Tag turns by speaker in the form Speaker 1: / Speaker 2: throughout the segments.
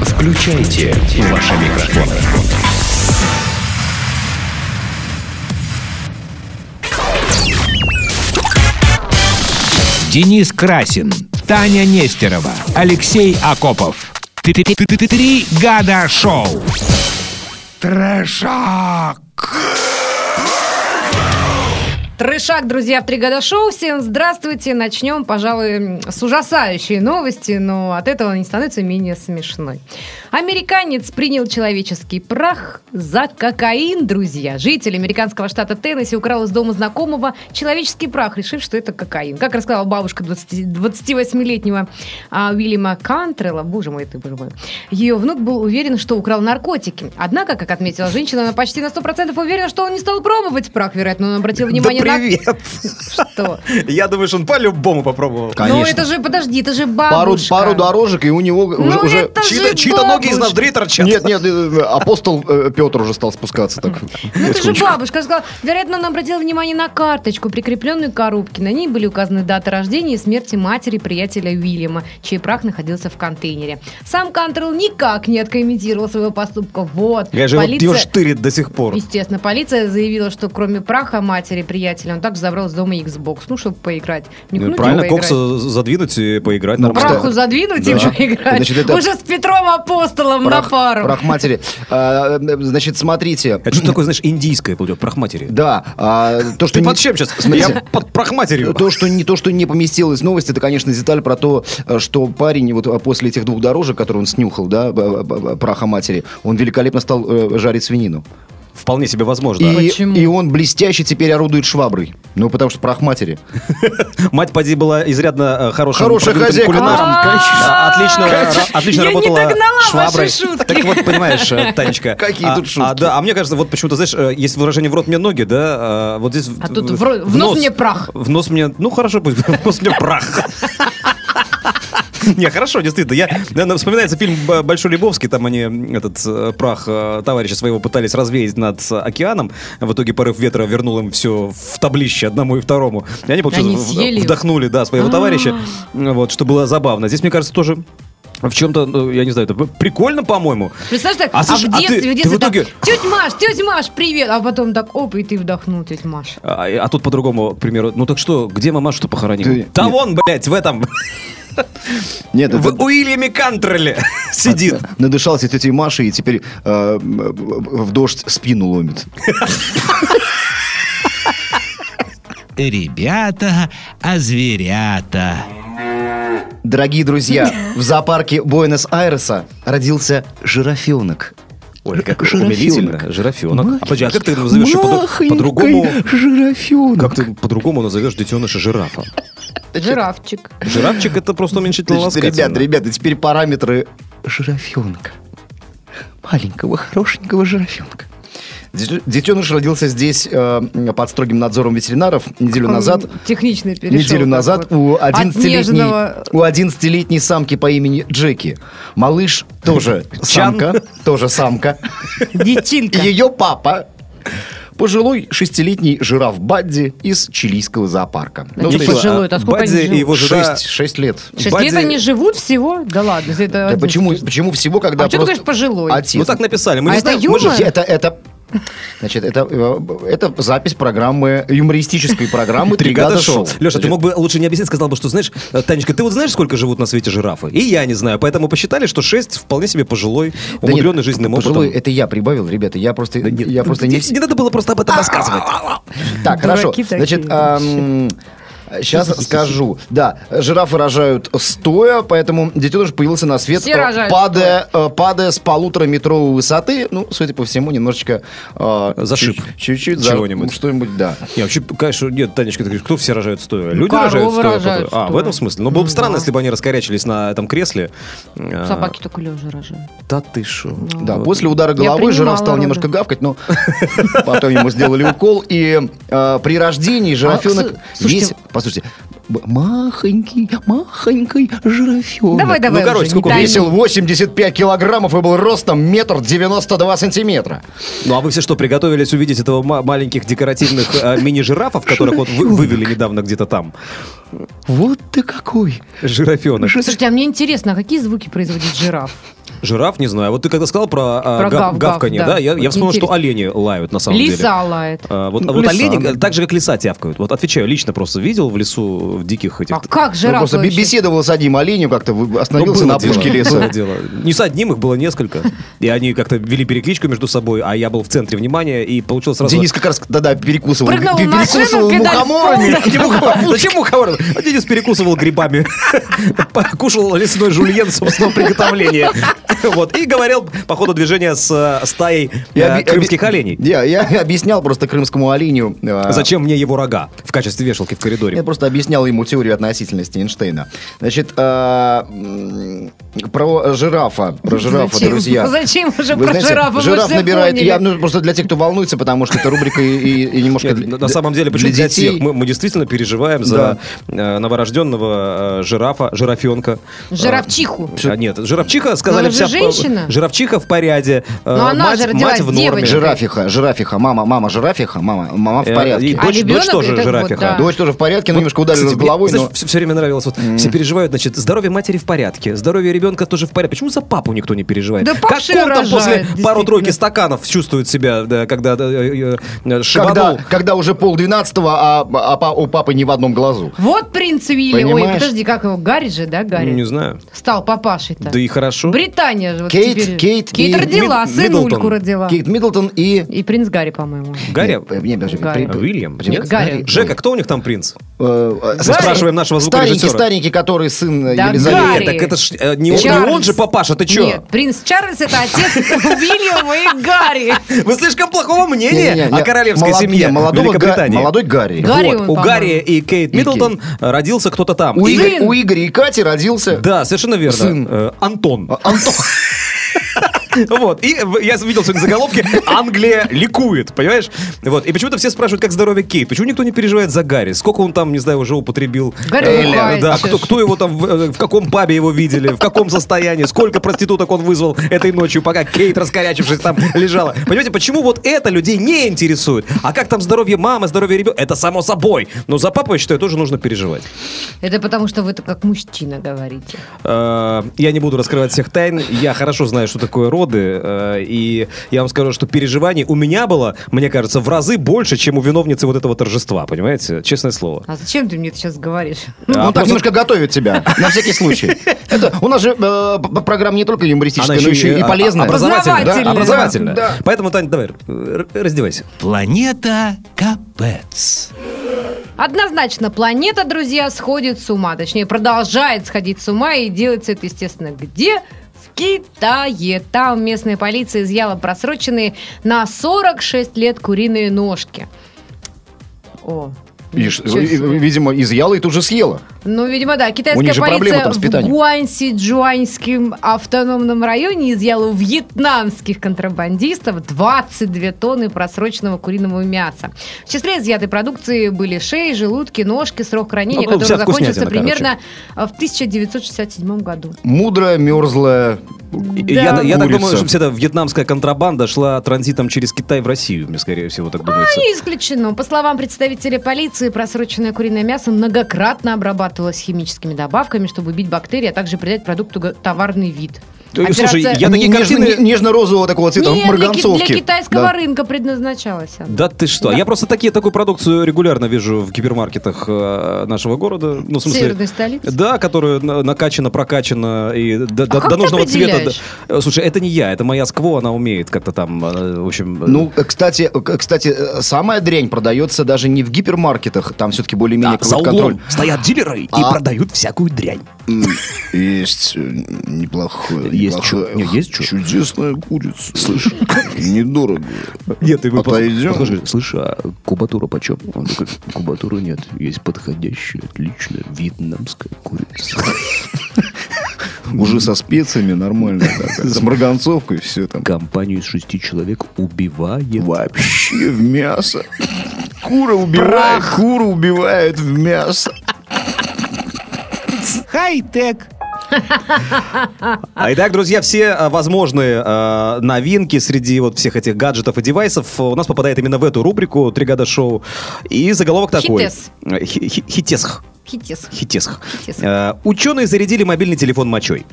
Speaker 1: Включайте ваши микрофоны.
Speaker 2: Денис Красин, Таня Нестерова, Алексей Акопов. Три года шоу. Трэшак.
Speaker 3: Трешак, друзья, в три года шоу. Всем здравствуйте. Начнем, пожалуй, с ужасающей новости, но от этого не становится менее смешной. Американец принял человеческий прах за кокаин, друзья. Житель американского штата Теннесси украл из дома знакомого человеческий прах, решив, что это кокаин. Как рассказала бабушка 20 28-летнего а, Уильяма Кантрелла, боже мой, ты, боже мой, ее внук был уверен, что украл наркотики. Однако, как отметила женщина, она почти на 100% уверена, что он не стал пробовать прах. Вероятно, он обратил внимание
Speaker 4: да
Speaker 3: на
Speaker 4: привет!
Speaker 3: что?
Speaker 4: Я думаю, что он по-любому попробовал.
Speaker 3: Ну это же, подожди, это же
Speaker 5: Пару,
Speaker 3: бабушка. Ну,
Speaker 5: пару дорожек, и у него уже... уже-
Speaker 3: это же
Speaker 4: Чьи-то чьи-то ноги из
Speaker 3: бабушка.
Speaker 4: ноздрей торчат.
Speaker 5: Нет, нет, э, апостол э, Петр уже стал спускаться так.
Speaker 3: Ну это же
Speaker 5: потихонечку.
Speaker 3: бабушка Она сказала. Вероятно, она обратила внимание на карточку, прикрепленную к коробке. На ней были указаны даты рождения и смерти матери приятеля Уильяма, чей прах находился в контейнере. Сам Кантрелл никак не откомментировал своего поступка. Вот.
Speaker 4: Я же
Speaker 3: полиция-
Speaker 4: его штырит до сих пор.
Speaker 3: Естественно, полиция заявила, что кроме праха матери приятеля, он также забрал из дома Xbox, ну, чтобы поиграть. Нюхнуть и
Speaker 4: Правильно,
Speaker 3: поиграть.
Speaker 4: кокса задвинуть и поиграть
Speaker 5: Ну,
Speaker 4: нормально.
Speaker 3: Праху задвинуть и
Speaker 5: Да.
Speaker 3: поиграть.
Speaker 5: Значит, это-
Speaker 3: Уже с Петром Апостолом на
Speaker 5: Прах-
Speaker 3: пару.
Speaker 5: Прах матери. А, э, Значит, смотрите.
Speaker 4: Это А что такое, знаешь, индийское получилось, прах матери.
Speaker 5: Да, а, то, что...
Speaker 4: Ты
Speaker 5: не-
Speaker 4: под чем сейчас? Я
Speaker 5: Смотрите.
Speaker 4: под прах матерью.
Speaker 5: То что, не, то, что не поместилось в новость, это, конечно, деталь про то, э, что парень вот а, после этих двух дорожек, которые он снюхал, да, б- б- б- праха матери, он великолепно стал э, жарить свинину.
Speaker 4: Вполне себе возможно.
Speaker 5: И,
Speaker 3: А Почему?
Speaker 5: и он блестяще теперь орудует шваброй. Ну, потому что прах матери.
Speaker 4: Мать поди была изрядно э, хорошим
Speaker 5: Хорошая
Speaker 4: продвинутым
Speaker 5: хозяйка.
Speaker 4: кулинаром.
Speaker 3: А,
Speaker 4: А, Отлично,
Speaker 3: конечно.
Speaker 4: ра- отлично
Speaker 3: Я не
Speaker 4: работала
Speaker 3: догнала ваши
Speaker 4: шваброй.
Speaker 3: шутки.
Speaker 4: Так вот, понимаешь, э, Танечка.
Speaker 5: Какие
Speaker 4: а-
Speaker 5: тут шутки?
Speaker 4: а, да, а мне кажется, вот почему-то, знаешь, э, есть выражение «в рот мне ноги», да? а, Вот здесь...
Speaker 3: А тут в ро- в нос мне прах.
Speaker 4: В нос мне... Ну, хорошо, пусть в нос мне прах. Не, хорошо, действительно. Я, наверное, вспоминается фильм Б- «Большой Лебовский». Там они м, этот э, прах э, товарища своего пытались развеять над э, океаном. В итоге порыв ветра вернул им все в таблище одному и второму. И они, получается,
Speaker 3: Они
Speaker 4: в-
Speaker 3: съели его? А.
Speaker 4: вдохнули, да, своего товарища. Вот, что было забавно. Здесь, мне кажется, тоже в чем-то, ну, я не знаю, это прикольно, по-моему.
Speaker 3: Представляешь, так,
Speaker 4: А,
Speaker 3: а,
Speaker 4: слушай,
Speaker 3: в
Speaker 4: а
Speaker 3: детстве, в
Speaker 4: ты- ты
Speaker 3: детстве
Speaker 4: в итоге-
Speaker 3: так, тетя Маш, тетя Маш, привет, а потом так, оп, и ты вдохнул, тетя Маш.
Speaker 5: Э,
Speaker 4: А, а тут по-другому, к примеру, ну так что, где мама что похоронил?
Speaker 5: Ты-
Speaker 4: да
Speaker 5: нет.
Speaker 4: вон, блядь, в этом,
Speaker 5: Нет, это-
Speaker 4: в Уильяме Кантреле сидит.
Speaker 5: Надышался тетей Машей и теперь э, м, э, в дождь спину ломит.
Speaker 2: Ребята, а зверята.
Speaker 5: Дорогие друзья, в зоопарке Буэнос-Айреса родился жирафенок.
Speaker 4: Ой, как
Speaker 5: Жирафенок.
Speaker 4: умилительно. Жирафенок. А подожди, а как ты назовешь её поду-
Speaker 5: Махонький
Speaker 4: по-другому?
Speaker 5: жирафенок.
Speaker 4: Как ты по-другому назовешь детеныша жирафа?
Speaker 3: Жирафчик.
Speaker 4: Жирафчик это просто уменьшительно
Speaker 5: Значит,
Speaker 4: ласкательно.
Speaker 5: ребята, ребята, теперь параметры жирафенка. Маленького, хорошенького жирафенка. Дет- Детеныш родился здесь э, под строгим надзором ветеринаров неделю назад.
Speaker 3: Техничный перешел.
Speaker 5: Неделю
Speaker 3: так
Speaker 5: назад
Speaker 3: вот.
Speaker 5: у
Speaker 3: От
Speaker 5: 11-летней
Speaker 3: нежного-
Speaker 5: у 11-летней самки по имени Джеки. Малыш тоже
Speaker 4: Чан.
Speaker 5: самка, тоже самка.
Speaker 3: Детинка.
Speaker 5: Ее папа пожилой шестилетний жираф Бадди из чилийского зоопарка.
Speaker 3: Ну,
Speaker 4: Ну,
Speaker 3: Они
Speaker 4: ты-
Speaker 3: пожилой,
Speaker 4: а,
Speaker 3: а сколько
Speaker 4: Бадзи
Speaker 3: они живут?
Speaker 4: и его жена...
Speaker 5: шесть, шесть лет.
Speaker 3: Шесть
Speaker 4: Бадзи-
Speaker 3: лет они живут всего? Да ладно, это
Speaker 5: Да
Speaker 3: один
Speaker 5: почему,
Speaker 3: скажет.
Speaker 5: почему всего, когда
Speaker 3: А что ты говоришь
Speaker 5: просто
Speaker 3: пожилой?
Speaker 5: отец?
Speaker 4: Ну так написали. Мы
Speaker 3: А
Speaker 4: не
Speaker 3: это
Speaker 4: знаем,
Speaker 3: юмор?
Speaker 4: может,
Speaker 5: Подожди, это, это, значит, это, э, это запись программы, юмористической
Speaker 4: А
Speaker 5: программы «Три года шоу».
Speaker 4: Леша, ты мог бы лучше не объяснить, сказал бы, что знаешь, э, Танечка, ты вот знаешь, сколько живут на свете жирафы? И я не знаю, поэтому посчитали, что 6 вполне себе пожилой,
Speaker 5: Да нет,
Speaker 4: умудренный жизненным опытом.
Speaker 5: пожилой, это я прибавил, ребята, я просто,
Speaker 4: Нет, ну
Speaker 5: я просто не... А,
Speaker 4: не надо было просто об этом рассказывать.
Speaker 5: Так, хорошо,
Speaker 3: Дураки такие
Speaker 5: значит, сейчас скажу. Да, жирафы рожают стоя, поэтому детеныш появился на свет,
Speaker 3: Все
Speaker 5: э,
Speaker 3: рожают
Speaker 5: падая, э, падая с полутораметровой высоты, ну, судя по всему, немножечко... э,
Speaker 4: Зашиб
Speaker 5: чуть- Чуть-чуть. за- ну,
Speaker 4: чего-нибудь.
Speaker 5: Что-нибудь, да.
Speaker 4: Не, вообще, конечно, нет, Танечка, ты говоришь, кто все рожают стоя? Люди
Speaker 3: коровы
Speaker 4: рожают стоя.
Speaker 3: рожают
Speaker 4: потом. А, в
Speaker 3: стоя.
Speaker 4: этом смысле. Но было бы
Speaker 3: Ну
Speaker 4: странно,
Speaker 3: да.
Speaker 4: если бы они раскорячились на этом кресле. А,
Speaker 3: Собаки только лежа рожают.
Speaker 4: Да ты шо.
Speaker 3: Ну.
Speaker 5: Да,
Speaker 4: Вот.
Speaker 5: после удара головой
Speaker 3: принимала
Speaker 5: жираф стал
Speaker 3: роды.
Speaker 5: немножко гавкать, но потом ему сделали укол. И э, при рождении жирафенок
Speaker 3: А, с- слушайте,
Speaker 5: весит... Послушайте, б- махонький, махонький жирафенок.
Speaker 3: Давай, давай
Speaker 4: короче,
Speaker 3: уже, не
Speaker 4: сколько
Speaker 3: томи.
Speaker 5: Весил 85 килограммов и был ростом метр 92 сантиметра.
Speaker 4: Ну а вы все что, приготовились увидеть этого ма- маленьких декоративных э, мини-жирафов, которых вот вы вывели недавно где-то там?
Speaker 5: Вот ты какой!
Speaker 4: Жирафенок.
Speaker 5: Ну,
Speaker 3: Слушайте, а мне интересно, а какие звуки производит жираф?
Speaker 4: Жираф, не знаю. Вот ты когда сказал про, а,
Speaker 3: Про
Speaker 4: гав-
Speaker 3: гав- гав,
Speaker 4: гавканье,
Speaker 3: да.
Speaker 4: да, я, я вспомнил,
Speaker 3: Интересно.
Speaker 4: что олени лают на самом деле.
Speaker 3: Лиса лает.
Speaker 4: А, вот,
Speaker 5: Ну,
Speaker 4: вот
Speaker 5: лиса,
Speaker 4: олени,
Speaker 5: да.
Speaker 4: э, так же, как лиса тявкают. Вот отвечаю, лично просто видел в лесу в диких этих...
Speaker 3: А как
Speaker 5: Ну,
Speaker 3: жираф
Speaker 5: просто бе-
Speaker 3: вообще?
Speaker 5: беседовал с одним оленем как-то, вы-
Speaker 4: Ну,
Speaker 5: остановился
Speaker 4: было
Speaker 5: на
Speaker 4: дело,
Speaker 5: опушке
Speaker 4: было
Speaker 5: леса.
Speaker 4: дело. Не с одним, их было несколько. И они как-то вели перекличку между собой, а я был в центре внимания, и получил сразу...
Speaker 5: Денис как раз тогда перекусывал,
Speaker 3: Прыгнул в
Speaker 5: пе-
Speaker 3: машину,
Speaker 5: перекусывал
Speaker 3: педаль в
Speaker 5: мухоморами.
Speaker 4: Не мухомор. Зачем мухомор? А Денис перекусывал грибами. Кушал лесной жульен собственного приготовления. Вот. И говорил по ходу движения с э, стаей э,
Speaker 5: Я оби-
Speaker 4: крымских
Speaker 5: оби-
Speaker 4: оленей. А
Speaker 5: Я, я объяснял просто крымскому оленю. э,
Speaker 4: Зачем мне его рога в качестве вешалки в
Speaker 5: Я
Speaker 4: коридоре?
Speaker 5: просто объяснял ему теорию относительности Эйнштейна. Значит, а, м, про жирафа, про жирафа,
Speaker 3: Зачем?
Speaker 5: друзья.
Speaker 3: Зачем уже
Speaker 5: Вы
Speaker 3: про
Speaker 5: знаете,
Speaker 3: жирафа? Мы
Speaker 5: Жираф
Speaker 3: всё
Speaker 5: набирает,
Speaker 3: поняли.
Speaker 5: я, ну, просто для тех, кто волнуется, потому что это рубрика и, и- и немножко
Speaker 4: Нет,
Speaker 5: для-
Speaker 4: на- на самом деле,
Speaker 5: для
Speaker 4: почему для
Speaker 5: детей.
Speaker 4: всех? Мы, мы действительно переживаем за э, новорожденного э, жирафа, жирафенка.
Speaker 3: Жирафчиху.
Speaker 4: А, нет, жирафчиха, сказали
Speaker 3: она Ну, же
Speaker 4: вся... по-
Speaker 3: женщина.
Speaker 4: Жирафчиха в поряде. э,
Speaker 3: Но она
Speaker 4: мать-
Speaker 3: же родилась
Speaker 4: мать в норме.
Speaker 3: девочкой.
Speaker 5: Жирафиха, жирафиха, мама, мама, жирафиха, мама, мама в
Speaker 4: Э,
Speaker 5: порядке.
Speaker 4: и
Speaker 3: А
Speaker 4: дочь- дочь
Speaker 3: ребенок
Speaker 4: тоже
Speaker 3: это вот,
Speaker 4: жирафиха.
Speaker 3: да.
Speaker 5: Дочь тоже в порядке, но немножко ударила
Speaker 4: Кстати,
Speaker 5: головой,
Speaker 4: мне,
Speaker 5: но...
Speaker 4: знаешь, все, время нравилось. Вот, Все переживают, значит, здоровье матери в порядке, здоровье ребенка тоже в порядке. Почему за папу никто не переживает?
Speaker 3: Да папа
Speaker 4: как
Speaker 3: всё
Speaker 4: он там
Speaker 3: рожает,
Speaker 4: после пару-тройки
Speaker 3: действительно.
Speaker 4: стаканов чувствует себя, да, когда э, э, э,
Speaker 5: Когда,
Speaker 4: шибанул?
Speaker 5: когда уже полдвенадцатого, а, а па- у папы не в одном глазу.
Speaker 3: Вот принц Вилли. Ой,
Speaker 5: Понимаешь?
Speaker 3: подожди, как его? Гарри же, да, Гарри?
Speaker 4: Не знаю.
Speaker 3: Стал папашей-то.
Speaker 4: Да и ну. хорошо.
Speaker 3: Британия же вот
Speaker 5: Кейт-
Speaker 3: теперь.
Speaker 5: Кейт
Speaker 3: Кейт
Speaker 5: и
Speaker 3: родила,
Speaker 4: Мид-
Speaker 3: сынульку
Speaker 4: Миддлтон.
Speaker 3: родила.
Speaker 5: Кейт Миддлтон и...
Speaker 3: И принц Гарри, по-моему.
Speaker 4: Гарри?
Speaker 5: Э, Не, подожди,
Speaker 3: Гарри.
Speaker 5: при-
Speaker 4: Уильям?
Speaker 5: подожди,
Speaker 4: Нет?
Speaker 3: Гарри.
Speaker 4: Жека, кто у них там принц?
Speaker 5: Э, э,
Speaker 4: Мы спрашиваем нашего
Speaker 5: Старенький,
Speaker 4: звукорежиссера.
Speaker 5: старенький, который сын
Speaker 3: Да,
Speaker 5: Елизаветы.
Speaker 3: Гарри.
Speaker 4: Нет, так это ж э, не он, не
Speaker 3: Чарльз.
Speaker 4: он же папаша, ты чё?
Speaker 3: Нет, принц Чарльз это отец Уильяма и Гарри.
Speaker 4: Вы слишком плохого мнения
Speaker 5: Не-не-не,
Speaker 4: Э, о
Speaker 5: не,
Speaker 4: королевской
Speaker 5: молод-
Speaker 4: семье
Speaker 5: не, молодого
Speaker 4: Великобритании.
Speaker 5: Га- молодой Гарри.
Speaker 3: Гарри
Speaker 4: Вот,
Speaker 3: он,
Speaker 4: у
Speaker 3: по-моему.
Speaker 4: Гарри и Кейт
Speaker 5: И
Speaker 4: Миддлтон э, родился кто-то там.
Speaker 5: У,
Speaker 4: И-
Speaker 5: Игоря-
Speaker 3: Сын.
Speaker 5: у Игоря и Кати родился...
Speaker 4: Да, совершенно верно.
Speaker 5: Сын.
Speaker 4: Э, Антон.
Speaker 5: А- Антон.
Speaker 4: Вот. И в- я видел сегодня заголовки «Англия ликует», понимаешь? Вот. И почему-то все спрашивают, как здоровье Кейт. Почему никто не переживает за Гарри? Сколько он там, не знаю, уже употребил?
Speaker 3: Гарри
Speaker 4: Э,
Speaker 3: бухает,
Speaker 4: Да,
Speaker 3: чушь.
Speaker 4: кто, кто его там, в, э, в каком пабе его видели, в каком состоянии, сколько проституток он вызвал этой ночью, пока Кейт, раскорячившись, там лежала. Понимаете, почему вот это людей не интересует? А как там здоровье мамы, здоровье ребенка? Это само собой. Но за папу, я считаю, тоже нужно переживать.
Speaker 3: Это потому, что вы как мужчина говорите.
Speaker 4: Э, Я не буду раскрывать всех тайн. Я хорошо знаю, что такое роды. э, И я вам скажу, что переживаний у меня было, мне кажется, в разы больше, чем у виновницы вот этого торжества. Понимаете? Честное слово.
Speaker 3: А зачем ты мне это сейчас говоришь?
Speaker 4: А
Speaker 5: Он Ну, так
Speaker 4: просто-
Speaker 5: немножко готовит тебя, на всякий случай. Это, у нас же э, п- программа не только юмористическая, но еще и
Speaker 4: а,
Speaker 5: полезная.
Speaker 4: Образовательная. да,
Speaker 3: Образовательная.
Speaker 4: образовательная.
Speaker 5: Да.
Speaker 4: Поэтому, Тань, давай, р- раздевайся.
Speaker 2: Планета Капец.
Speaker 3: Однозначно, планета, друзья, сходит с ума. Точнее, продолжает сходить с ума и делается это, естественно, где? В Китае. Там местная полиция изъяла просроченные на 46 лет куриные ножки. О,
Speaker 5: И ш-
Speaker 3: ничего
Speaker 5: и- и,
Speaker 3: себе.
Speaker 5: видимо, изъяла и тут же съела.
Speaker 3: Ну, видимо, да.
Speaker 5: У
Speaker 3: Китайская
Speaker 5: них же проблемы
Speaker 3: полиция
Speaker 5: там с
Speaker 3: в
Speaker 5: питанием.
Speaker 3: Гуанси-Джуаньским автономном районе изъяла у вьетнамских контрабандистов 22 тонны просроченного куриного мяса. В числе изъятой продукции были шеи, желудки, ножки, срок хранения,
Speaker 4: Ну, ну,
Speaker 3: который
Speaker 4: вся вкуснятина,
Speaker 3: закончился
Speaker 4: короче.
Speaker 3: примерно э, в 1967 году.
Speaker 5: Мудрая, мерзлая.
Speaker 4: И Я,
Speaker 3: Да.
Speaker 4: я так
Speaker 5: Курица.
Speaker 4: думаю, что вся эта вьетнамская контрабанда шла транзитом через Китай в Россию, мне скорее всего так думается.
Speaker 3: Не исключено. По словам представителя полиции, просроченное куриное мясо многократно обрабатывалось химическими добавками, чтобы убить бактерии, а также придать продукту га- товарный вид.
Speaker 4: Э, слушай,
Speaker 3: Операция-
Speaker 4: Я такие картины-
Speaker 5: Нежно-розового такого цвета,
Speaker 3: Нет, для ки-
Speaker 5: марганцовки.
Speaker 3: для, китайского
Speaker 5: Да.
Speaker 3: рынка предназначалась она.
Speaker 4: Да ты что? Я просто такие, такую продукцию регулярно вижу в гипермаркетах э, нашего города. Ну, в смысле,
Speaker 3: Северной столицы.
Speaker 4: Да, которая на- накачана, прокачана и до, до-
Speaker 3: А как ты
Speaker 4: до нужного цвета.
Speaker 3: определяешь?
Speaker 4: Э, Слушай, это не я, это моя скво, она умеет как-то там, э, в общем... э,
Speaker 5: Ну, э, кстати, э, кстати, э, самая дрянь продается даже не в гипермаркетах, там все-таки более-менее
Speaker 4: а, за
Speaker 5: какой-то
Speaker 4: углом
Speaker 5: контроль.
Speaker 4: стоят дилеры и
Speaker 5: А.
Speaker 4: продают всякую дрянь.
Speaker 5: Есть э, неплохое,
Speaker 4: Есть
Speaker 5: неплохое.
Speaker 4: чё- не, есть чё?
Speaker 5: чудесная курица. Слышь, недорого.
Speaker 4: Нет, и вы
Speaker 5: Отойдем.
Speaker 6: Подхожу, слышь, а кубатура почем? Он такой, кубатуры нет, есть подходящая, отличная вьетнамская курица.
Speaker 5: Уже со специями нормально. так, С марганцовкой все там.
Speaker 6: Компанию из шести человек убивает.
Speaker 5: Вообще в мясо. Кура убивает, куру убивает в мясо.
Speaker 2: Хай-тек.
Speaker 4: А Итак, друзья, все э, возможные э, новинки среди вот всех этих гаджетов и девайсов э, у нас попадает именно в эту рубрику «Три года шоу». И заголовок такой.
Speaker 3: Хитес.
Speaker 4: Э, хи- хи- Хитесх.
Speaker 3: Хитес.
Speaker 4: Хитесх.
Speaker 3: Хитесх.
Speaker 4: Э, Ученые зарядили мобильный телефон мочой.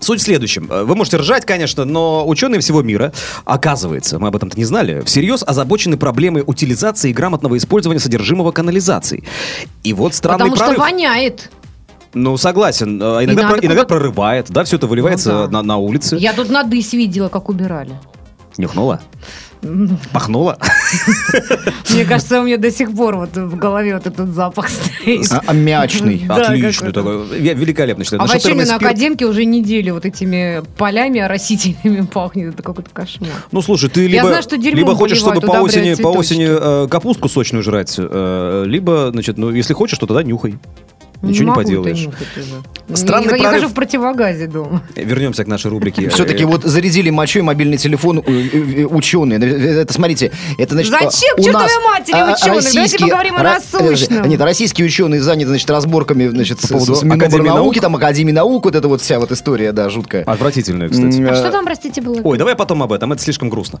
Speaker 4: Суть в следующем. Э, Вы можете ржать, конечно, но ученые всего мира, оказывается, мы об этом-то не знали, всерьез озабочены проблемой утилизации и грамотного использования содержимого канализации. И вот странный
Speaker 3: Потому что
Speaker 4: прорыв.
Speaker 3: воняет.
Speaker 4: Ну, согласен. Э, Иногда,
Speaker 3: надо
Speaker 4: про- иногда
Speaker 3: помогать.
Speaker 4: прорывает, да, все это выливается
Speaker 3: Ну да.
Speaker 4: на, на улице.
Speaker 3: Я тут на дысь видела, как убирали.
Speaker 4: Нюхнула?
Speaker 3: М,
Speaker 4: Пахнула?
Speaker 3: Мне кажется, у меня до сих пор вот в голове вот этот запах стоит.
Speaker 5: А- аммиачный.
Speaker 3: Да,
Speaker 4: Отлично.
Speaker 3: какой-то.
Speaker 4: такой. Ве- Великолепно считаю.
Speaker 3: А
Speaker 4: Насчет
Speaker 3: вообще мне на
Speaker 4: термоспирт-
Speaker 3: академке уже неделю вот этими полями оросительными пахнет. Это какой-то кошмар.
Speaker 4: Ну, слушай, ты
Speaker 3: Я
Speaker 4: либо,
Speaker 3: знаю, что дерьмом
Speaker 4: либо хочешь, чтобы
Speaker 3: поливают,
Speaker 4: по осени,
Speaker 3: удобряют
Speaker 4: по
Speaker 3: цветочки.
Speaker 4: осени э, капустку сочную жрать, э, либо, значит, ну, если хочешь, то тогда нюхай. Ничего не
Speaker 3: могу это
Speaker 4: поделаешь.
Speaker 3: нюхать уже.
Speaker 4: Странный
Speaker 3: Я- Я
Speaker 4: прорыв.
Speaker 3: хожу в противогазе дома.
Speaker 4: Вернемся к нашей рубрике. э,
Speaker 5: Все-таки вот зарядили мочой мобильный телефон э, э, э, ученые. Это, смотрите, это значит... а,
Speaker 3: Зачем к
Speaker 5: у
Speaker 3: чертовой
Speaker 5: нас,
Speaker 3: матери
Speaker 5: а, а,
Speaker 3: ученые? Давайте
Speaker 5: российские-
Speaker 3: поговорим о
Speaker 5: ра-
Speaker 3: насущном.
Speaker 5: э, Нет, российские ученые заняты, значит, разборками, значит,
Speaker 4: По
Speaker 5: с,
Speaker 4: поводу
Speaker 5: с Миноборнауки,
Speaker 4: Академии наук?
Speaker 5: там Академии наук, вот эта вот вся вот история, да, жуткая.
Speaker 4: Отвратительная, кстати.
Speaker 5: М,
Speaker 3: А
Speaker 5: э,
Speaker 3: что там, простите, было?
Speaker 4: Ой, давай потом об этом, это слишком грустно.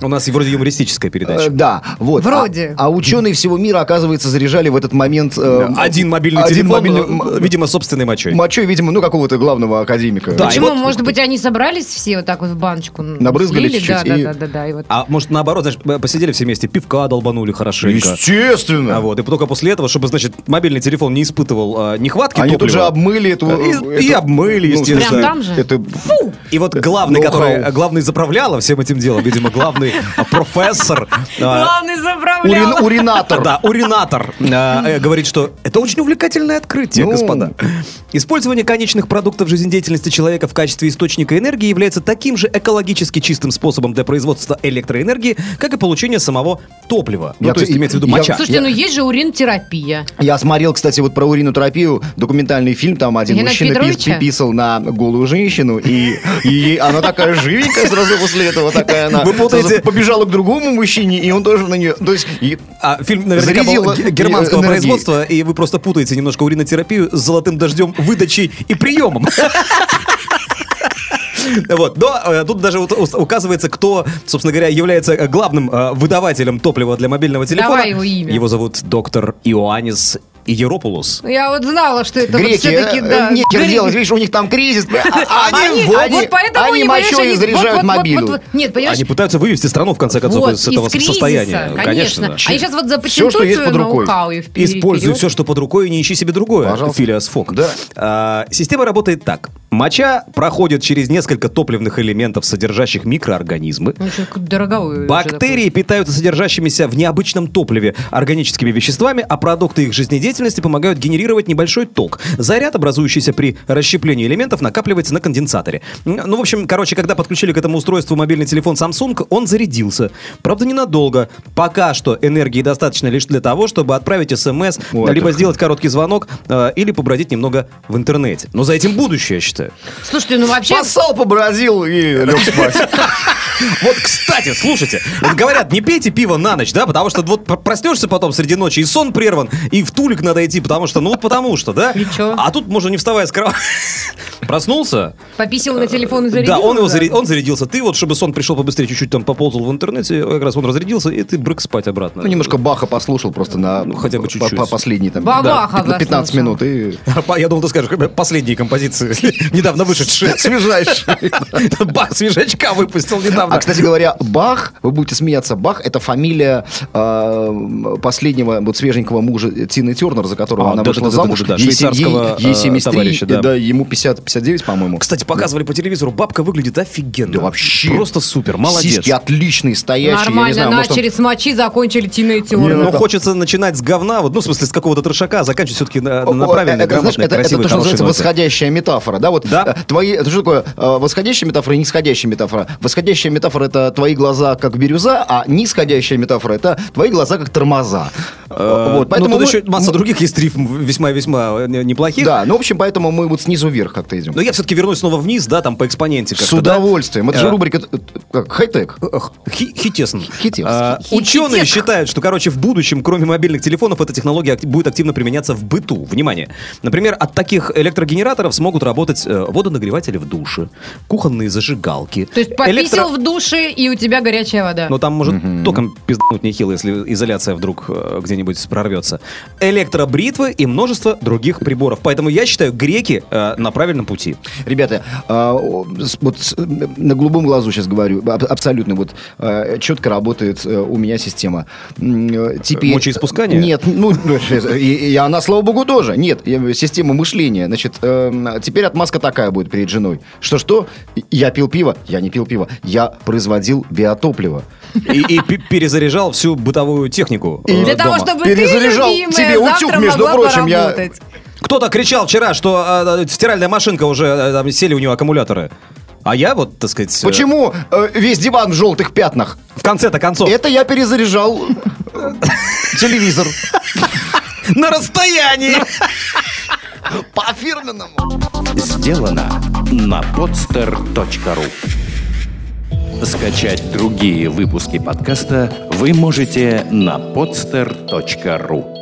Speaker 4: У нас и вроде юмористическая
Speaker 5: Э,
Speaker 4: передача.
Speaker 5: Да, вот.
Speaker 3: Вроде.
Speaker 5: А, а ученые всего мира, оказывается, заряжали в этот момент... э,
Speaker 4: Один мобильный
Speaker 5: один
Speaker 4: телефон,
Speaker 5: мобильный-
Speaker 4: э, видимо, собственной мочой.
Speaker 5: Мочой, видимо, ну, какого-то главного академика.
Speaker 4: Да,
Speaker 3: Почему?
Speaker 4: и вот-
Speaker 3: Может быть, они собрались все вот так вот в баночку? м,
Speaker 5: Набрызгались
Speaker 3: слили?
Speaker 5: чуть-чуть
Speaker 3: Да,
Speaker 5: и-
Speaker 3: да, да, да, да. И вот
Speaker 4: А может, наоборот, знаешь, п- посидели все вместе, пивка долбанули хорошенько.
Speaker 5: Естественно.
Speaker 4: А вот, и только после этого, чтобы, значит, мобильный телефон не испытывал э, нехватки
Speaker 5: Они тут
Speaker 4: топлива.
Speaker 5: же обмыли эту...
Speaker 4: И-
Speaker 5: эту-
Speaker 4: и обмыли,
Speaker 5: ну,
Speaker 4: естественно.
Speaker 3: Прям там же?
Speaker 5: Это...
Speaker 4: И вот главный,
Speaker 5: Ноу-хау.
Speaker 4: который, главный заправляла всем этим делом, видимо, главный э, профессор, э,
Speaker 3: Главный заправлял.
Speaker 5: урин- уринатор.
Speaker 4: Да, уринатор э, э, говорит, что это очень увлекательное открытие,
Speaker 5: Ну.
Speaker 4: господа. Использование конечных продуктов жизнедеятельности человека в качестве источника энергии является таким же экологически чистым способом для производства электроэнергии, как и получение самого топлива. Ну,
Speaker 5: Я
Speaker 4: то есть
Speaker 5: ц-
Speaker 4: имеется в виду
Speaker 5: я-
Speaker 4: моча.
Speaker 3: Слушайте, ну есть же урин-терапия.
Speaker 5: Я смотрел, кстати, вот про уринотерапию, документальный фильм, там один
Speaker 3: Геннадия
Speaker 5: мужчина пис-
Speaker 3: Петровича?
Speaker 5: писал на голую женщину, и, и она такая живенькая сразу после этого, такая она
Speaker 4: Вы путаете-
Speaker 5: сразу побежала к другому мужчине, и он тоже на нее... То есть, и-
Speaker 4: А фильм наверняка был
Speaker 5: Зарядила
Speaker 4: ге- германского
Speaker 5: энергией.
Speaker 4: производства, и вы просто путаете немножко уринотерапию с золотым дождем выдачей и приемом. Вот, но э, тут даже вот ус- указывается, кто, собственно говоря, является э, главным э, выдавателем топлива для мобильного телефона.
Speaker 3: Давай его имя.
Speaker 4: Его зовут доктор Иоаннис Иеропулос.
Speaker 3: Ну, Я вот знала, что это вот
Speaker 5: Греки,
Speaker 3: все-таки,
Speaker 5: э,
Speaker 3: да.
Speaker 5: э, нехер
Speaker 3: греки.
Speaker 5: делать, видишь, у них там кризис, а
Speaker 3: Они,
Speaker 5: они
Speaker 3: а
Speaker 5: они-
Speaker 3: вот поэтому
Speaker 5: они
Speaker 3: они, понимаешь,
Speaker 5: мочой
Speaker 3: они-
Speaker 5: заряжают
Speaker 3: вот, вот, вот,
Speaker 5: мобилу.
Speaker 3: вот, вот. Нет, понимаешь,
Speaker 4: Они пытаются вывести страну, в конце концов,
Speaker 3: вот,
Speaker 4: из этого
Speaker 3: из кризиса,
Speaker 4: состояния.
Speaker 3: конечно. А
Speaker 4: да.
Speaker 3: Они сейчас вот
Speaker 5: Всё, что
Speaker 3: запатентуют
Speaker 5: есть
Speaker 3: свое
Speaker 5: под рукой.
Speaker 3: ноу-хау и вперед.
Speaker 4: Используй все, что под рукой, и не ищи себе другое.
Speaker 5: Пожалуйста.
Speaker 4: Филиас Фок.
Speaker 5: Да.
Speaker 4: А, система работает так. Моча проходит через несколько топливных элементов, содержащих микроорганизмы.
Speaker 3: Ну, что, какую-то дорогую. уже
Speaker 4: Бактерии питаются содержащимися в необычном топливе органическими веществами, а продукты их жизнедеятельности помогают генерировать небольшой ток. Заряд, образующийся при расщеплении элементов, накапливается на конденсаторе. М, Ну, в общем, короче, когда подключили к этому устройству мобильный телефон Samsung, он зарядился. Правда, ненадолго. Пока что энергии достаточно лишь для того, чтобы отправить смс,
Speaker 5: Ой,
Speaker 4: либо
Speaker 5: это-
Speaker 4: сделать короткий звонок, э, или побродить немного в интернете. Но за этим будущее, я считаю.
Speaker 3: такое. Слушайте, ну вообще...
Speaker 5: Поссал, побродил и лег спать.
Speaker 4: Вот, кстати, слушайте, вот говорят, не пейте пиво на ночь, да, потому что вот пр- проснешься потом среди ночи, и сон прерван, и в тулик надо идти, потому что, ну вот потому что, да?
Speaker 3: И чё?
Speaker 4: А тут можно не вставая с кровати. Проснулся?
Speaker 3: Пописил на телефон и зарядил.
Speaker 4: Да, он, его заря- он зарядился. Ты вот, чтобы сон пришел побыстрее, чуть-чуть там поползал в интернете, как раз он разрядился, и ты брык спать обратно.
Speaker 5: Ну, немножко Баха послушал просто на...
Speaker 4: Ну, хотя бы
Speaker 5: по-
Speaker 4: чуть-чуть.
Speaker 5: по- Последний там...
Speaker 3: Бабаха
Speaker 5: да, пятна- 15
Speaker 3: послушал.
Speaker 5: минут и...
Speaker 4: А, Я думал, ты скажешь, последние композиции, недавно вышедшие.
Speaker 5: Свежайший.
Speaker 4: Бах, свежачка выпустил недавно.
Speaker 5: А, кстати говоря, Бах, вы будете смеяться, Бах – это фамилия э, последнего вот свеженького мужа Тины Тернер, за которого
Speaker 4: А,
Speaker 5: она
Speaker 4: да,
Speaker 5: вышла
Speaker 4: да, да,
Speaker 5: замуж.
Speaker 4: да, да, да,
Speaker 5: Ей се-
Speaker 4: швейцарского,
Speaker 5: ей- ей
Speaker 4: э,
Speaker 5: 73,
Speaker 4: товарища,
Speaker 5: да.
Speaker 4: да.
Speaker 5: ему 50, 59, по-моему.
Speaker 4: Кстати, показывали по телевизору, бабка выглядит офигенно.
Speaker 5: Да вообще.
Speaker 4: Просто супер, молодец.
Speaker 5: Сиськи отличные, стоящие. я не
Speaker 3: Нормально
Speaker 5: знаю, может, он-
Speaker 3: начали с мочи, закончили тиной
Speaker 5: Не,
Speaker 4: Но
Speaker 5: ну, да.
Speaker 4: хочется начинать с говна, вот, ну, в смысле, с какого-то трешака, а заканчивать все-таки на, на
Speaker 5: О,
Speaker 4: правильной,
Speaker 5: это, знаешь,
Speaker 4: грамотной,
Speaker 5: это, это
Speaker 4: красивой,
Speaker 5: то, что
Speaker 4: хорошей
Speaker 5: называется
Speaker 4: ноте.
Speaker 5: восходящая метафора. Да, вот
Speaker 4: Да.
Speaker 5: э, твои. Это что такое? э, Восходящая метафора и нисходящая метафора. Восходящая метафора это твои глаза как бирюза, а нисходящая метафора это твои глаза как тормоза.
Speaker 4: Э,
Speaker 5: Э, Вот,
Speaker 4: ну,
Speaker 5: поэтому
Speaker 4: тут
Speaker 5: мы-
Speaker 4: еще масса
Speaker 5: мы-
Speaker 4: других есть рифм весьма-весьма э, неплохих.
Speaker 5: Да, ну в общем, поэтому мы вот снизу вверх как-то идем.
Speaker 4: Но я все-таки вернусь снова вниз, да, там по экспоненте Ну, как-то.
Speaker 5: С удовольствием. Это
Speaker 4: Э,
Speaker 5: же рубрика э, как, хай-тек.
Speaker 4: да? Эх, хи- Хитесн.
Speaker 5: Хитесн.
Speaker 4: А,
Speaker 3: Хи-
Speaker 4: Ученые
Speaker 3: хитесн.
Speaker 4: считают, что, короче, в будущем, кроме мобильных телефонов, эта технология ак- будет активно применяться в быту. Внимание. Например, от таких электрогенераторов смогут работать э, водонагреватели в душе, кухонные зажигалки.
Speaker 3: То есть
Speaker 4: электро-
Speaker 3: пописал в душе, и у тебя горячая вода.
Speaker 4: Но там может током пиздануть нехило, если изоляция вдруг э, где-нибудь прорвется. Электробритвы и множество других приборов. Поэтому я считаю, греки э, на правильном
Speaker 5: пути. Ребята, а, о, с- вот с- на голубом глазу сейчас говорю, аб- абсолютно вот а, четко работает э, у меня система. М, э, Теперь...
Speaker 4: Мочеиспускание?
Speaker 5: Нет, ну, и, и она, слава богу, тоже. Нет, я- система мышления. Значит, эм, теперь отмазка такая будет перед женой. Что-что? Я пил пиво? Я не пил пиво. Я производил биотопливо.
Speaker 4: И, и пе- перезаряжал всю бытовую технику. э,
Speaker 3: Для того,
Speaker 4: дома.
Speaker 3: чтобы
Speaker 5: Перезаряжал.
Speaker 3: ты, любимая,
Speaker 5: Тебе
Speaker 3: завтра
Speaker 5: утюг, между
Speaker 3: могла
Speaker 5: прочим, я-
Speaker 3: поработать.
Speaker 4: Кто-то кричал вчера, что э, э, стиральная машинка уже, э, там сели у нее аккумуляторы. А я вот, так сказать... э,
Speaker 5: Почему э, весь диван в желтых пятнах?
Speaker 4: В конце-то концов.
Speaker 5: Это я перезаряжал э, телевизор.
Speaker 4: На расстоянии!
Speaker 5: По фирменному.
Speaker 1: Сделано на podster.ru Скачать другие выпуски подкаста вы можете на podster.ru